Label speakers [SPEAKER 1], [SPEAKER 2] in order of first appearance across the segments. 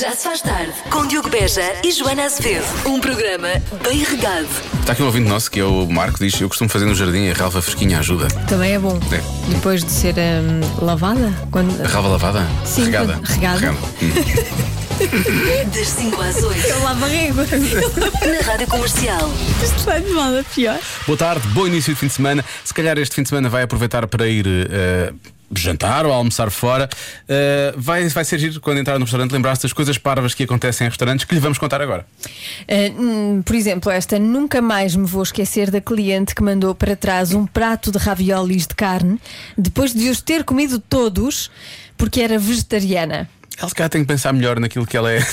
[SPEAKER 1] Já se faz tarde com Diogo Beja e Joana Azevedo. Um programa bem regado.
[SPEAKER 2] Está aqui um ouvinte nosso que é o Marco, diz: Eu costumo fazer no jardim a ralva fresquinha ajuda.
[SPEAKER 3] Também é bom.
[SPEAKER 2] É.
[SPEAKER 3] Depois de ser hum, lavada? Quando...
[SPEAKER 2] A ralva lavada?
[SPEAKER 3] Sim,
[SPEAKER 2] regada.
[SPEAKER 3] regada.
[SPEAKER 2] Hum.
[SPEAKER 1] Das 5 às 8
[SPEAKER 3] Eu lavo a régua.
[SPEAKER 1] na Rádio Comercial.
[SPEAKER 3] Isto vai de mal a pior.
[SPEAKER 2] Boa tarde, bom início de fim de semana. Se calhar este fim de semana vai aproveitar para ir. eh, Jantar ou almoçar fora, Eh, vai, vai ser giro quando entrar no restaurante lembrar-se das coisas parvas que acontecem em restaurantes que lhe vamos contar agora.
[SPEAKER 3] Eh, hum, por exemplo, esta nunca mais me vou esquecer da cliente que mandou para trás um prato de raviolis de carne depois de os ter comido todos porque era vegetariana.
[SPEAKER 2] Ela se calhar tem que pensar melhor naquilo que ela é.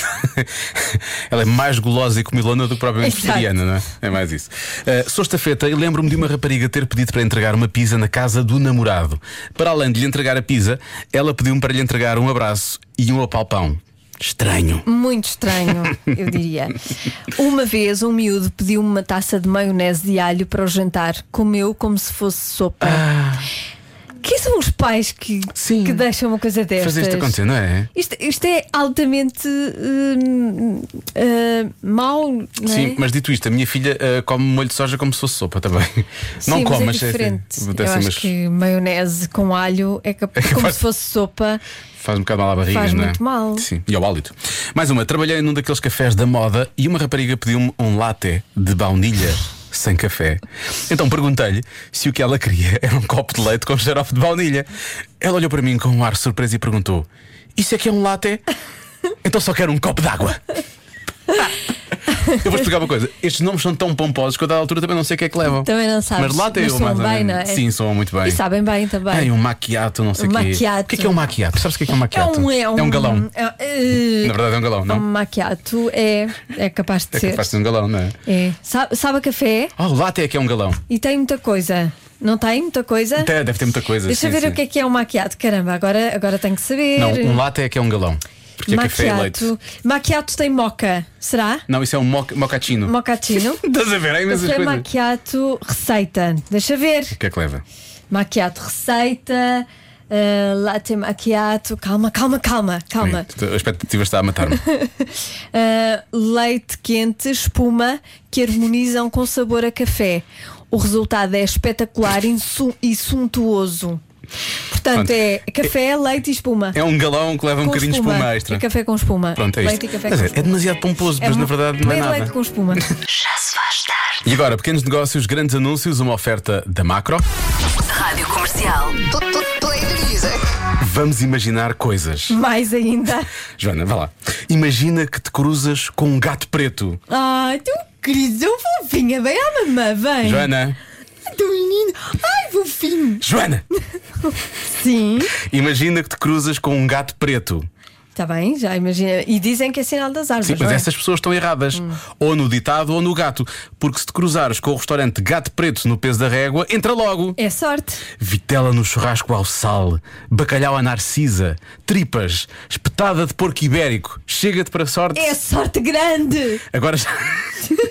[SPEAKER 2] ela é mais golosa e comilona do que propriamente
[SPEAKER 3] Exato.
[SPEAKER 2] vegetariana, não é? É mais isso. Uh, Sexta-feita, eu lembro-me de uma rapariga ter pedido para entregar uma pizza na casa do namorado. Para além de lhe entregar a pizza, ela pediu-me para lhe entregar um abraço e um apalpão. Estranho.
[SPEAKER 3] Muito estranho, eu diria. Uma vez um miúdo pediu-me uma taça de maionese de alho para o jantar. Comeu como se fosse sopa. Que são os pais que,
[SPEAKER 2] Ah. Sim.
[SPEAKER 3] que deixam uma coisa destas?
[SPEAKER 2] Fazer isto acontecer, não é?
[SPEAKER 3] Isto, isto é altamente hum, hum, mau, não é?
[SPEAKER 2] Sim, mas dito isto, a minha filha uh, come molho de soja como se fosse sopa também. não assim.
[SPEAKER 3] Sim,
[SPEAKER 2] come,
[SPEAKER 3] mas é diferente. Eu
[SPEAKER 2] acontece,
[SPEAKER 3] acho
[SPEAKER 2] mas
[SPEAKER 3] que é maionese com alho é, cap-
[SPEAKER 2] É capaz-
[SPEAKER 3] como se fosse sopa.
[SPEAKER 2] Faz um bocado mal à barriga,
[SPEAKER 3] Faz
[SPEAKER 2] não é?
[SPEAKER 3] muito mal.
[SPEAKER 2] Sim, e ao hálito. Mais uma, trabalhei num daqueles cafés da moda e uma rapariga pediu-me um latte de baunilha sem café. Então perguntei-lhe se o que ela queria era um copo de leite com xarope de baunilha. Ela olhou para mim com um ar de surpresa e perguntou: Isso é que é um latte? Então só quero um copo de água. Eu vou explicar uma coisa: estes nomes são tão pomposos que a dada altura também não sei o que é que levam.
[SPEAKER 3] Também não sabes.
[SPEAKER 2] Mas latte
[SPEAKER 3] Mas
[SPEAKER 2] eu
[SPEAKER 3] soam
[SPEAKER 2] mais ou
[SPEAKER 3] bem,
[SPEAKER 2] menos.
[SPEAKER 3] não é?
[SPEAKER 2] Sim, soam muito bem.
[SPEAKER 3] E sabem bem
[SPEAKER 2] Ai,
[SPEAKER 3] também.
[SPEAKER 2] um maquiato, não sei o quê.
[SPEAKER 3] Maquiato.
[SPEAKER 2] O que é, que é um maquiato? Sabes o que é, que é um maquiato? galão.
[SPEAKER 3] É,
[SPEAKER 2] Na verdade é um galão,
[SPEAKER 3] um
[SPEAKER 2] não?
[SPEAKER 3] maquiato é, é capaz de
[SPEAKER 2] É
[SPEAKER 3] ser.
[SPEAKER 2] capaz de ser um galão, não é?
[SPEAKER 3] É. Sabe, sabe a café
[SPEAKER 2] Ah, o latte é que é um galão.
[SPEAKER 3] e tem muita coisa. Não tem muita coisa?
[SPEAKER 2] Até deve ter muita coisa.
[SPEAKER 3] Deixa eu
[SPEAKER 2] sim,
[SPEAKER 3] ver
[SPEAKER 2] sim.
[SPEAKER 3] o que é que é um maquiato. Caramba, agora, agora tenho que saber.
[SPEAKER 2] Não, um latte é que é um galão. Porque é café e leite.
[SPEAKER 3] Macchiato. Macchiato tem moca, será?
[SPEAKER 2] Não, isso é um moca- mocatino.
[SPEAKER 3] Mocatino.
[SPEAKER 2] Estás a ver? Há imensas
[SPEAKER 3] Café
[SPEAKER 2] coisas.
[SPEAKER 3] macchiato receita. Deixa ver.
[SPEAKER 2] O que é que leva?
[SPEAKER 3] Macchiato receita. eh, latte macchiato. Calma, calma, calma, calma.
[SPEAKER 2] Ui, A expectativa está a matar-me.
[SPEAKER 3] Eh, leite quente, espuma que harmonizam com sabor a café. O resultado é espetacular insu- e suntuoso. Portanto,
[SPEAKER 2] Pronto.
[SPEAKER 3] é café, leite e espuma.
[SPEAKER 2] É um galão que leva um
[SPEAKER 3] Com
[SPEAKER 2] bocadinho de espuma extra.
[SPEAKER 3] É café com espuma.
[SPEAKER 2] Pronto, é isto.
[SPEAKER 3] leite e café
[SPEAKER 2] Mas
[SPEAKER 3] com
[SPEAKER 2] é, é
[SPEAKER 3] espuma.
[SPEAKER 2] demasiado pomposo, mas na
[SPEAKER 3] muito-
[SPEAKER 2] verdade não é
[SPEAKER 3] meio
[SPEAKER 2] nada.
[SPEAKER 3] leite com espuma.
[SPEAKER 1] Já se faz tarde.
[SPEAKER 2] E agora, pequenos negócios, grandes anúncios, uma oferta da Macro.
[SPEAKER 1] Rádio Comercial. Play the music.
[SPEAKER 2] Vamos imaginar coisas.
[SPEAKER 3] Mais ainda.
[SPEAKER 2] Joana, vá lá. Imagina que te cruzas com um gato preto.
[SPEAKER 3] Ai, tu querido, eu fofinha, bem à mamã, vem.
[SPEAKER 2] Joana,
[SPEAKER 3] Tão lindo. Ai, fofinho.
[SPEAKER 2] Joana,
[SPEAKER 3] Sim.
[SPEAKER 2] imagina que te cruzas com um gato preto.
[SPEAKER 3] Está Tá bem, já imagina. E dizem que é sinal das árvores.
[SPEAKER 2] Sim,
[SPEAKER 3] não
[SPEAKER 2] mas assim.
[SPEAKER 3] é?
[SPEAKER 2] essas pessoas estão erradas. Ou no ditado ou no gato. Porque se te cruzares com o restaurante Gato Preto no peso da régua, entra logo.
[SPEAKER 3] É sorte.
[SPEAKER 2] Vitela no churrasco ao sal, bacalhau à narcisa, tripas, espetada de porco ibérico. Chega-te para a sorte.
[SPEAKER 3] É sorte grande.
[SPEAKER 2] Agora já.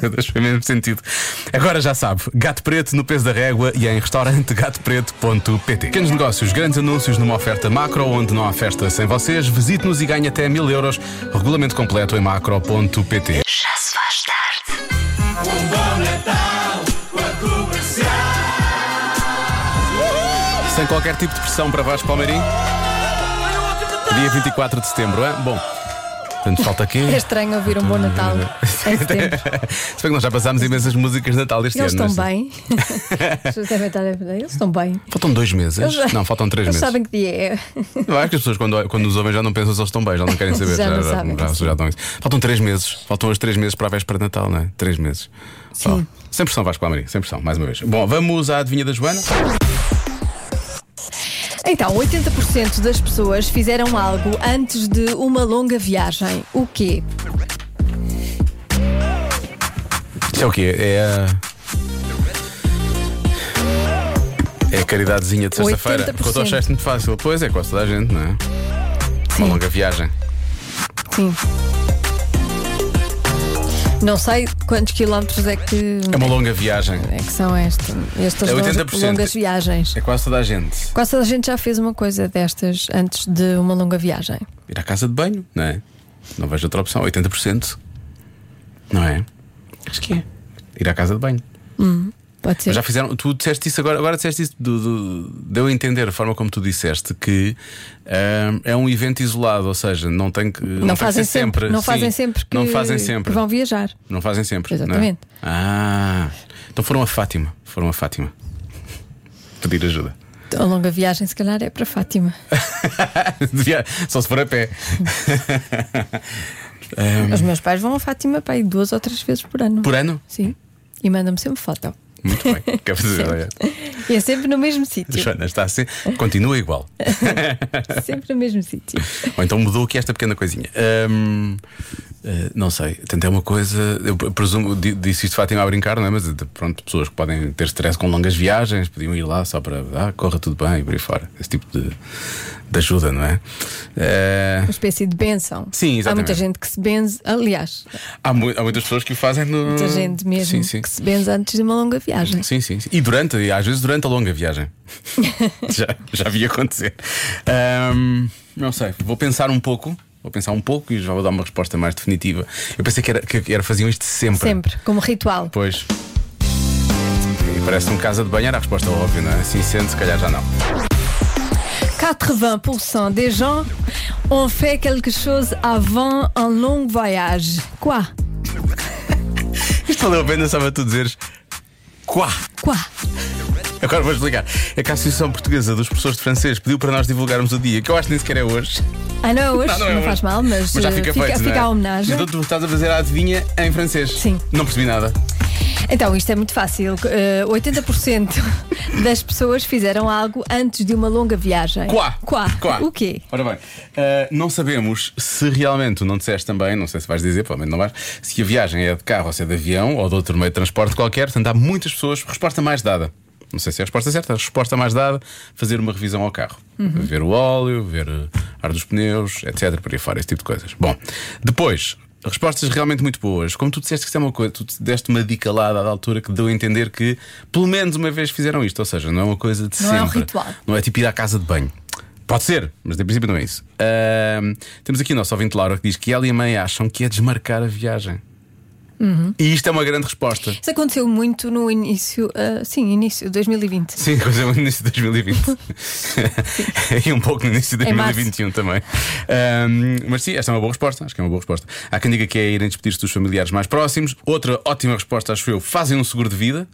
[SPEAKER 2] Meu Deus, foi mesmo sentido. Agora já sabe, gato preto no peso da régua e em restaurantegatopreto.pt. Pequenos negócios, grandes anúncios numa oferta macro, onde não há festa sem vocês. Visite-nos e ganhe até mil euros. Regulamento completo em macro.pt.
[SPEAKER 1] Já se faz tarde.
[SPEAKER 2] Sem qualquer tipo de pressão para Vasco Palmeirim. Dia 24 de setembro, é? Bom, portanto falta aqui.
[SPEAKER 3] É estranho ouvir um bom Natal em setembro.
[SPEAKER 2] Se bem que nós já passámos imensas músicas de Natal este
[SPEAKER 3] Eles
[SPEAKER 2] ano.
[SPEAKER 3] estão
[SPEAKER 2] não é?
[SPEAKER 3] bem. As pessoas devem estar a ver, Eles estão bem.
[SPEAKER 2] Faltam dois meses.
[SPEAKER 3] Eles-
[SPEAKER 2] Não, faltam três
[SPEAKER 3] Eles
[SPEAKER 2] meses.
[SPEAKER 3] sabem que dia é.
[SPEAKER 2] Eu acho que as pessoas quando, quando nos ouvem já não pensam se eles estão bem, já não querem saber.
[SPEAKER 3] Já não sabem.
[SPEAKER 2] já, já dão isso. Faltam três meses. Faltam os três meses para a véspera de Natal, não é? Três meses. Sim. Oh, sem pressão, Vasco Amorim, sem pressão, mais uma vez. Bom, vamos à adivinha da Joana.
[SPEAKER 3] Então, 80% das pessoas fizeram algo antes de uma longa viagem. O quê?
[SPEAKER 2] Isto é o quê? É a. É a caridadezinha de sexta-feira.
[SPEAKER 3] 80%.
[SPEAKER 2] Porque eu achaste muito fácil. Pois é, quase toda a gente, não é? Uma longa viagem.
[SPEAKER 3] Sim. Não sei quantos quilómetros é que,
[SPEAKER 2] É uma longa viagem.
[SPEAKER 3] é que são este, estas
[SPEAKER 2] É
[SPEAKER 3] longas-
[SPEAKER 2] 80%.
[SPEAKER 3] longas viagens.
[SPEAKER 2] É quase toda a gente.
[SPEAKER 3] Quase toda a gente já fez uma coisa destas antes de uma longa viagem.
[SPEAKER 2] Ir à casa de banho, não é? Não vejo outra opção. 80%. Não é? Acho que é. Ir à casa de banho.
[SPEAKER 3] Pode ser.
[SPEAKER 2] Mas já fizeram. Tu disseste isso agora, agora disseste isso. Do, do- deu a entender a forma como tu disseste que ahm, é um evento isolado, ou seja, não tem que.
[SPEAKER 3] Não,
[SPEAKER 2] tem que
[SPEAKER 3] fazem
[SPEAKER 2] ser sempre.
[SPEAKER 3] sempre, não
[SPEAKER 2] sim,
[SPEAKER 3] fazem sempre que,
[SPEAKER 2] Não fazem sempre.
[SPEAKER 3] que vão viajar.
[SPEAKER 2] Não fazem sempre. não é?
[SPEAKER 3] Exatamente.
[SPEAKER 2] Ah, então foram a Fátima. Foram a Fátima. Pedir ajuda.
[SPEAKER 3] A longa viagem, se calhar, é para Fátima.
[SPEAKER 2] Devia- Só se for a pé.
[SPEAKER 3] Os meus pais vão a Fátima para aí duas ou três vezes por ano.
[SPEAKER 2] Hum. Por ano?
[SPEAKER 3] Sim. E mandam-me sempre foto.
[SPEAKER 2] Muito bem. Quer dizer, olha,
[SPEAKER 3] E é sempre no mesmo sítio.
[SPEAKER 2] Joana está assim. Continua igual.
[SPEAKER 3] sempre no mesmo sítio.
[SPEAKER 2] Ou então mudou aqui esta pequena coisinha. Ahm, eh, não sei, tentei uma coisa. Eu presumo, di- disse isto Fátima a brincar, não é? Mas de- pronto, pessoas que podem ter stress com longas viagens podiam ir lá só para. Ah, corra tudo bem e por aí fora. Esse tipo de, de ajuda, não é? Eh,
[SPEAKER 3] Uma espécie de benção.
[SPEAKER 2] Sim,
[SPEAKER 3] Há
[SPEAKER 2] exatamente.
[SPEAKER 3] muita gente que se benze. Aliás,
[SPEAKER 2] há, mu- há muitas pessoas que o fazem no.
[SPEAKER 3] muita gente mesmo
[SPEAKER 2] Hum, Sim, sim.
[SPEAKER 3] que se benze antes de uma longa viagem.
[SPEAKER 2] Sim, sim, sim. E durante, e às vezes durante a longa viagem. já, já vi acontecer. Ahm, não sei, vou pensar um pouco. Vou pensar um pouco e já vou dar uma resposta mais definitiva. Eu pensei que era, que era faziam isto sempre.
[SPEAKER 3] Sempre, como ritual.
[SPEAKER 2] Pois. E parece um casa de banho, era a resposta óbvia, não é? Assim sendo, se calhar já não.
[SPEAKER 3] 80% des gens ont fait quelque chose avant un long voyage. Quoi?
[SPEAKER 2] Isto valeu a pena, só para tu dizeres. Quá!
[SPEAKER 3] Quoi?
[SPEAKER 2] Agora vou explicar. É que a Associação Portuguesa dos Professores de Francês pediu para nós divulgarmos o dia, que eu acho que nem sequer é hoje.
[SPEAKER 3] Ah, não é hoje, não,
[SPEAKER 2] é hoje.
[SPEAKER 3] faz mal, mas,
[SPEAKER 2] já
[SPEAKER 3] eh,
[SPEAKER 2] fica,
[SPEAKER 3] fica,
[SPEAKER 2] feito, não é?
[SPEAKER 3] fica a homenagem.
[SPEAKER 2] Então tu estás a fazer a adivinha em francês.
[SPEAKER 3] Sim.
[SPEAKER 2] Não percebi nada.
[SPEAKER 3] Então, isto é muito fácil. Eh, 80% das pessoas fizeram algo antes de uma longa viagem.
[SPEAKER 2] Quá!
[SPEAKER 3] Quá! O quê?
[SPEAKER 2] Ora bem, ah, não sabemos se realmente, tu não disseste também, não sei se vais dizer, provavelmente não vais, se a viagem é de carro ou se é de avião ou de outro meio de transporte qualquer, portanto há muitas pessoas, resposta mais dada. Não sei se é a resposta certa, a resposta mais dada, fazer uma revisão ao carro.
[SPEAKER 3] Uhum.
[SPEAKER 2] Ver o óleo, ver ah, ar dos pneus, etc. Por aí fora, esse tipo de coisas. Bom, depois, respostas realmente muito boas. Como tu disseste que isto é uma coisa, tu te deste uma dica lá à dada altura que deu a entender que pelo menos uma vez fizeram isto, ou seja, não é uma coisa de
[SPEAKER 3] Não
[SPEAKER 2] sempre.
[SPEAKER 3] é um ritual.
[SPEAKER 2] Não é tipo ir à casa de banho. Pode ser, mas em princípio não é isso. Ahm, temos aqui o nosso ouvinte Laura que diz que ela e a mãe acham que é desmarcar a viagem.
[SPEAKER 3] Uhum.
[SPEAKER 2] E isto é uma grande resposta.
[SPEAKER 3] Isso aconteceu muito no início, eh, sim, início de 2020.
[SPEAKER 2] Sim, coisa no início de 2020. e um pouco no início de
[SPEAKER 3] Em março.
[SPEAKER 2] 2021 também. Ahm, mas sim, esta é uma boa resposta. Acho que é uma boa resposta. Há quem diga que é irem despedir-se dos familiares mais próximos. Outra ótima resposta, acho eu, fazem um seguro de vida.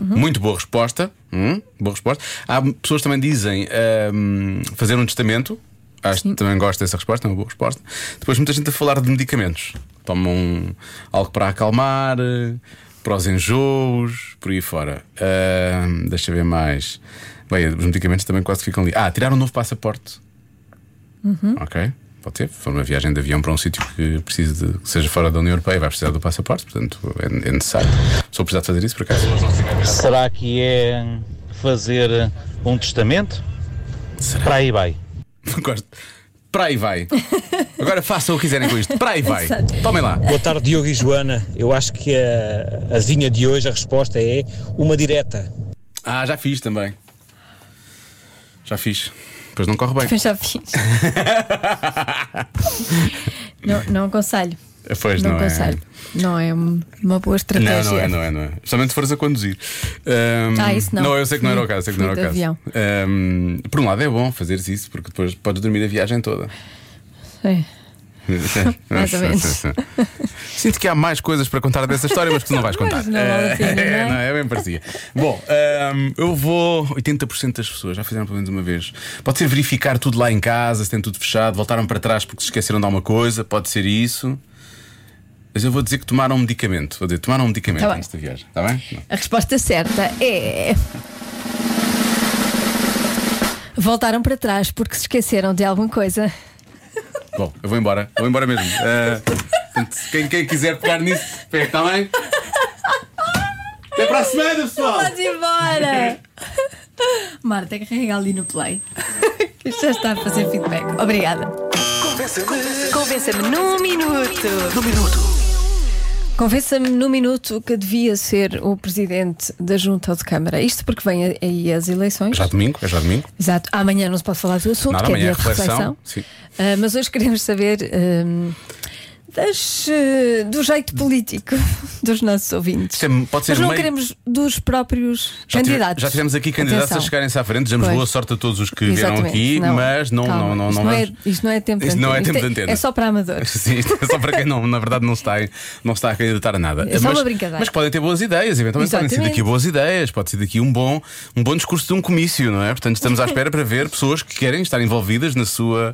[SPEAKER 2] Muito boa resposta. Hum, boa resposta. Há pessoas que também dizem ahm, fazer um testamento. Acho que também gosto dessa resposta, é uma boa resposta. Depois, muita gente a falar de medicamentos. Tomam algo para acalmar, eh, para os enjoos, por aí fora. Ahm, deixa eu ver mais. Bem, os medicamentos também quase que ficam ali. Ah, tirar um novo passaporte. Ok. Pode ser. Se for uma viagem de avião para um sítio que precise de, que seja fora da União Europeia, vai precisar do passaporte, portanto é, é necessário. Só precisar de fazer isso por acaso.
[SPEAKER 4] Será que é fazer um testamento? Para aí vai.
[SPEAKER 2] Gosto. Para aí vai. Agora façam o que quiserem com isto. Para aí vai. Tomem lá.
[SPEAKER 5] Boa tarde, Diogo e Joana. Eu acho que a, a vinha de hoje, a resposta é uma direta.
[SPEAKER 2] Ah, já fiz também. Já fiz. Pois não corre bem.
[SPEAKER 3] Mas já fiz. não, não aconselho.
[SPEAKER 2] Pois
[SPEAKER 3] Não,
[SPEAKER 2] não, é.
[SPEAKER 3] aconselho. Não é uma boa estratégia.
[SPEAKER 2] Não, não é, não é, não é. Somente se fores a conduzir. Ahm,
[SPEAKER 3] Ah, isso não.
[SPEAKER 2] eu sei que não era o
[SPEAKER 3] Fui-
[SPEAKER 2] caso. Sei que não
[SPEAKER 3] fui
[SPEAKER 2] era o
[SPEAKER 3] de
[SPEAKER 2] caso. Ahm, por um lado é bom fazeres isso, porque depois podes dormir a viagem toda.
[SPEAKER 3] Sim. Mais ou menos.
[SPEAKER 2] Sinto que há mais coisas para contar dessa história, mas que tu não vais contar.
[SPEAKER 3] Mas não vale a pena, não é?
[SPEAKER 2] não é bem parecia. Bom, ahm, eu vou. 80% das pessoas já fizeram pelo menos uma vez. Pode ser verificar tudo lá em casa, se tem tudo fechado, voltaram para trás porque se esqueceram de alguma coisa, pode ser isso. Mas eu vou dizer que tomaram um medicamento. Vou dizer, tomaram um medicamento
[SPEAKER 3] Tá bem.
[SPEAKER 2] antes da viagem. Está bem? Não.
[SPEAKER 3] A resposta certa é. Voltaram para trás porque se esqueceram de alguma coisa.
[SPEAKER 2] Bom, eu vou embora. Vou embora mesmo. Ah, portanto, quem, quem quiser pegar nisso, pega, está bem? Até para a semana, pessoal!
[SPEAKER 3] Vamos embora! Marta, carrega ali no play. Que já está a fazer feedback. Obrigada. Convença-me num minuto. Num minuto. Convença-me num minuto que devia ser o presidente da Junta de Câmara. Isto porque vem aí as eleições.
[SPEAKER 2] Já domingo? É já domingo?
[SPEAKER 3] Exato. Amanhã não se pode falar do assunto,
[SPEAKER 2] Nada,
[SPEAKER 3] que é
[SPEAKER 2] amanhã
[SPEAKER 3] dia
[SPEAKER 2] é
[SPEAKER 3] de
[SPEAKER 2] reflexão.
[SPEAKER 3] reflexão.
[SPEAKER 2] Sim.
[SPEAKER 3] Ah, mas hoje queremos saber. hum, das, eh, do jeito político dos nossos ouvintes.
[SPEAKER 2] Isto é- pode ser
[SPEAKER 3] Mas não
[SPEAKER 2] meio-
[SPEAKER 3] queremos dos próprios
[SPEAKER 2] Já tive-
[SPEAKER 3] candidatos.
[SPEAKER 2] já tivemos aqui candidatos
[SPEAKER 3] Atenção.
[SPEAKER 2] a chegarem-se à frente. Desejamos
[SPEAKER 3] Pois.
[SPEAKER 2] boa sorte a todos os que vieram
[SPEAKER 3] Exatamente.
[SPEAKER 2] aqui, mas não, não,
[SPEAKER 3] calma.
[SPEAKER 2] não,
[SPEAKER 3] isto,
[SPEAKER 2] não
[SPEAKER 3] é,
[SPEAKER 2] vamos-
[SPEAKER 3] isto não é tempo de
[SPEAKER 2] Isto
[SPEAKER 3] antena.
[SPEAKER 2] não é tempo
[SPEAKER 3] Isto
[SPEAKER 2] de antena.
[SPEAKER 3] É só para amadores.
[SPEAKER 2] Sim, isto é só para quem não, na verdade não está, não está a candidatar a nada.
[SPEAKER 3] É só
[SPEAKER 2] mas,
[SPEAKER 3] uma brincadeira.
[SPEAKER 2] Mas podem ter boas ideias, eventualmente podem ser
[SPEAKER 3] Exatamente.
[SPEAKER 2] daqui boas ideias, pode ser daqui um bom, um bom discurso de um comício, não é? Portanto, estamos à espera para ver pessoas que querem estar envolvidas na sua,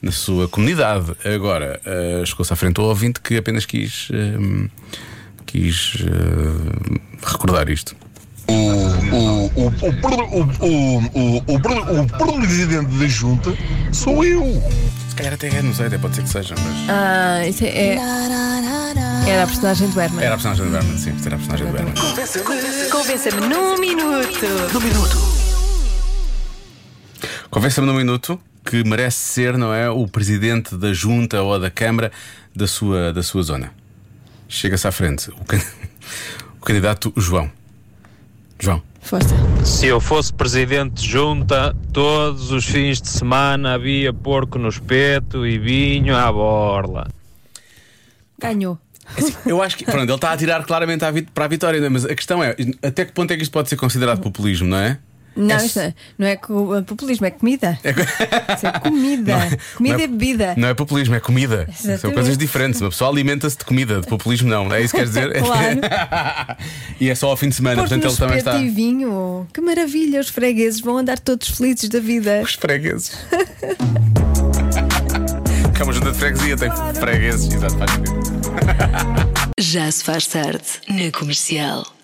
[SPEAKER 2] na sua comunidade. Agora, eh, chegou-se à frente o ouvinte que apenas quis, eh, quis eh, recordar isto.
[SPEAKER 6] o, o, o, o, o, o, o, o presidente da junta sou eu.
[SPEAKER 2] Se calhar até é, não sei, até pode ser que seja, mas.
[SPEAKER 3] Ah, isso é, é- Era a personagem do Herman.
[SPEAKER 2] Era a personagem do Berman, sim, era a personagem do Berman.
[SPEAKER 3] Convença-me num minuto.
[SPEAKER 2] Convença-me num minuto que merece ser, não é? O presidente da junta ou da câmara da sua, da sua zona. Chega-se à frente. O, can- o candidato João. João.
[SPEAKER 3] Força.
[SPEAKER 7] Se eu fosse presidente de junta, todos os fins de semana havia porco no espeto e vinho à borla.
[SPEAKER 3] Ganhou.
[SPEAKER 2] É assim, Eu acho que. Pronto, ele está a tirar claramente à vi- para a vitória, não é? mas a questão é: até que ponto é que isto pode ser considerado populismo, não é?
[SPEAKER 3] Não,
[SPEAKER 2] É-
[SPEAKER 3] isto não é, não é co- é populismo, é comida.
[SPEAKER 2] É co-
[SPEAKER 3] Isso é comida.
[SPEAKER 2] Não é-
[SPEAKER 3] comida
[SPEAKER 2] não é-
[SPEAKER 3] e bebida.
[SPEAKER 2] Não é populismo, é comida. São
[SPEAKER 3] Exatamente.
[SPEAKER 2] coisas diferentes. Uma pessoa alimenta-se de comida, de populismo não. É isso que quer dizer?
[SPEAKER 3] Claro.
[SPEAKER 2] e é só ao fim de semana,
[SPEAKER 3] Porto
[SPEAKER 2] portanto
[SPEAKER 3] no
[SPEAKER 2] ele também está.
[SPEAKER 3] espeto e vinho. Que maravilha, os fregueses vão andar todos felizes da vida.
[SPEAKER 2] Os fregueses. Que é uma junta de freguesia, tem fregueses, exato, faz sentido.
[SPEAKER 1] Já se faz tarde na comercial.